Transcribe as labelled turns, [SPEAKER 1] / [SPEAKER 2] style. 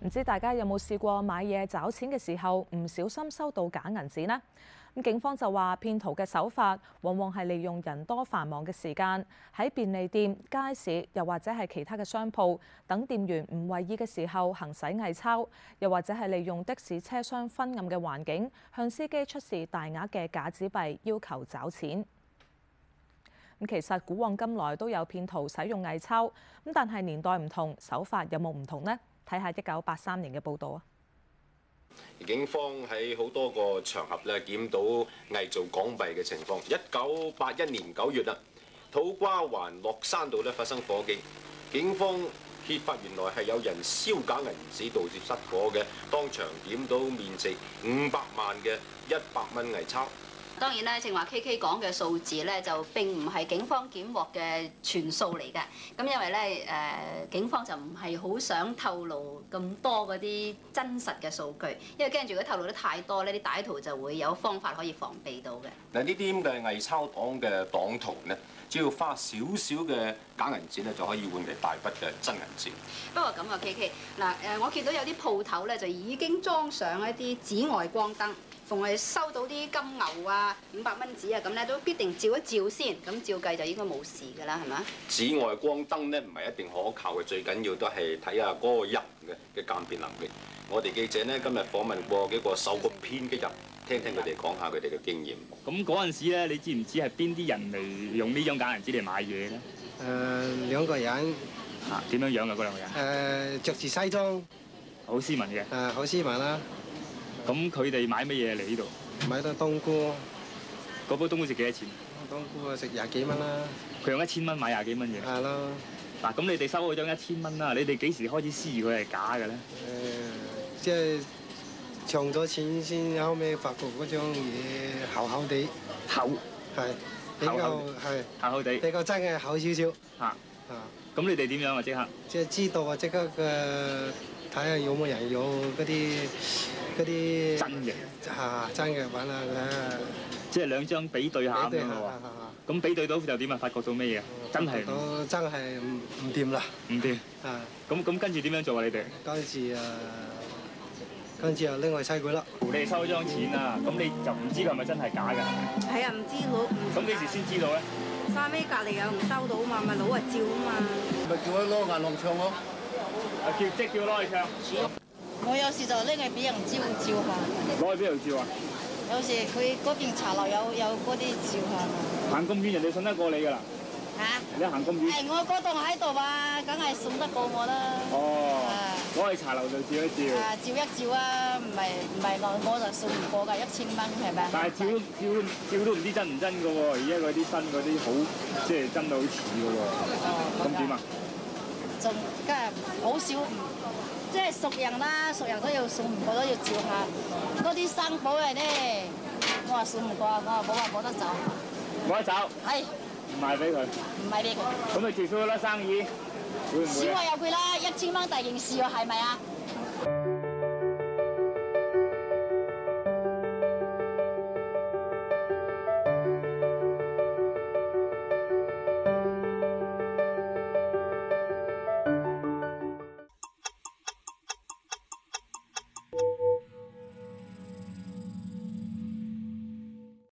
[SPEAKER 1] 唔知大家有冇試過買嘢找錢嘅時候唔小心收到假銀紙呢？咁警方就話，騙徒嘅手法往往係利用人多繁忙嘅時間，喺便利店、街市又或者係其他嘅商鋪等店員唔為意嘅時候行使偽鈔，又或者係利用的士車廂昏暗嘅環境，向司機出示大額嘅假紙幣，要求找錢。咁其實古往今來都有騙徒使用偽鈔，咁但係年代唔同，手法有冇唔同呢？睇下一九八三年嘅報導啊！
[SPEAKER 2] 警方喺好多個場合咧檢到偽造港幣嘅情況。一九八一年九月啦，土瓜灣落山道咧發生火警，警方揭發原來係有人燒假銀紙導致失火嘅，當場檢到面值五百萬嘅一百蚊偽鈔。
[SPEAKER 3] 當然咧，正話 K K 講嘅數字咧，就並唔係警方檢獲嘅全數嚟嘅。咁因為咧，誒、呃警方就唔係好想透露咁多嗰啲真實嘅數據，因為驚住如果透露得太多呢啲歹徒就會有方法可以防備到嘅。
[SPEAKER 2] 嗱，呢啲咁嘅偽鈔黨嘅黨徒呢，只要花少少嘅假銀紙咧，就可以換嚟大筆嘅真銀紙。
[SPEAKER 3] 不過咁啊，K K 嗱誒，我見到有啲鋪頭咧就已經裝上一啲紫外光燈，逢係收到啲金牛啊、五百蚊紙啊咁咧，都必定照一照先，咁照計就應該冇事㗎啦，係咪啊？
[SPEAKER 2] 紫外光燈咧唔係一定可靠嘅，最緊要都係睇下嗰個人嘅嘅鑑別能力。我哋記者呢，今日訪問過幾個手個編嘅人，聽聽佢哋講下佢哋嘅經驗。
[SPEAKER 4] 咁嗰陣時咧，你知唔知係邊啲人嚟用呢張假銀紙嚟買嘢咧？
[SPEAKER 5] 誒、兩個呃人
[SPEAKER 4] 啊，點樣樣嘅嗰兩個人
[SPEAKER 5] 誒、？着住西裝誒、
[SPEAKER 4] 好斯文嘅。
[SPEAKER 5] 好斯文啦，
[SPEAKER 4] 咁佢哋買乜嘢嚟呢度？
[SPEAKER 5] 買到冬菇，
[SPEAKER 4] 嗰煲冬菇值幾多錢？
[SPEAKER 5] 冬菇啊食廿幾蚊啦，
[SPEAKER 4] 佢用一千蚊買廿幾蚊嘢。
[SPEAKER 5] 係咯
[SPEAKER 4] 嗱，咁你哋收嗰張一千蚊啦，你哋幾時開始思疑佢係假嘅咧？
[SPEAKER 5] 誒、呃即係唱咗錢先，後尾發覺嗰張嘢厚厚地，
[SPEAKER 4] 厚
[SPEAKER 5] 係比
[SPEAKER 4] 厚
[SPEAKER 5] 較
[SPEAKER 4] 厚
[SPEAKER 5] 係
[SPEAKER 4] 厚啊厚地
[SPEAKER 5] 比較真嘅厚少少
[SPEAKER 4] 嚇。
[SPEAKER 5] 啊，
[SPEAKER 4] 咁你哋點樣啊？即刻
[SPEAKER 5] 即係知道啊，即刻嘅睇下有冇人有嗰啲嗰啲
[SPEAKER 4] 真嘅，
[SPEAKER 5] 嚇真嘅揾下佢啊，
[SPEAKER 4] 即係兩張比對下
[SPEAKER 5] 比
[SPEAKER 4] 咁
[SPEAKER 5] 對
[SPEAKER 4] 樣
[SPEAKER 5] 下
[SPEAKER 4] 嘅喎
[SPEAKER 5] 下。下。
[SPEAKER 4] 咁比對到就點啊？發覺到咩嘢啊？真係唔
[SPEAKER 5] 都真係唔唔掂啦
[SPEAKER 4] 唔掂。
[SPEAKER 5] 啊！
[SPEAKER 4] 咁咁跟住點樣做啊？你哋？
[SPEAKER 5] 跟住啊，跟住又拎去西佢啦。
[SPEAKER 4] 你哋收咗張錢啦，咁你就唔知佢係咪真係假㗎？
[SPEAKER 6] 係啊，唔知佬唔知啊
[SPEAKER 4] 咁幾時先知道咧？
[SPEAKER 6] 沙尾隔離有人收到嘛，咪佬啊照啊嘛。
[SPEAKER 7] 咪叫佢攞銀龍唱咯。
[SPEAKER 4] 啊叫即叫攞去唱，
[SPEAKER 8] 我有時就拎去俾人照照下，
[SPEAKER 4] 攞去邊度照啊？
[SPEAKER 8] 有時佢嗰邊茶樓有有嗰啲照下
[SPEAKER 4] 行咁遠，人哋信得過你㗎啦。
[SPEAKER 8] 嚇。
[SPEAKER 4] 你行咁遠，
[SPEAKER 8] 係我嗰檔喺度啊，梗係送得過我啦。
[SPEAKER 4] 哦，攞去茶樓度照一照，
[SPEAKER 8] 啊，照一照啊，唔係唔係我我就送唔過㗎，一千蚊係咪？啊
[SPEAKER 4] 但係照都照都照都唔知真唔真㗎喎。而家嗰啲新嗰啲好，即係真到好似㗎喎。
[SPEAKER 8] 哦
[SPEAKER 4] 咁點啊？？
[SPEAKER 8] 仲梗係好少唔，即係熟人啦，熟人都要送唔過都要照下。嗰啲生保嘅咧，我話送唔過，我話冇話冇得走，
[SPEAKER 4] 攞一走，
[SPEAKER 8] 係
[SPEAKER 4] 唔賣俾佢，
[SPEAKER 8] 唔係俾佢？
[SPEAKER 4] 咁咪最少甩生意，會唔
[SPEAKER 8] 少
[SPEAKER 4] 會啊？
[SPEAKER 8] 我有佢啦，一千蚊大件事喎，係咪啊？
[SPEAKER 4] Hãy subscribe cho kênh Ghiền Mì Gõ Để
[SPEAKER 8] 啊
[SPEAKER 4] không bỏ lỡ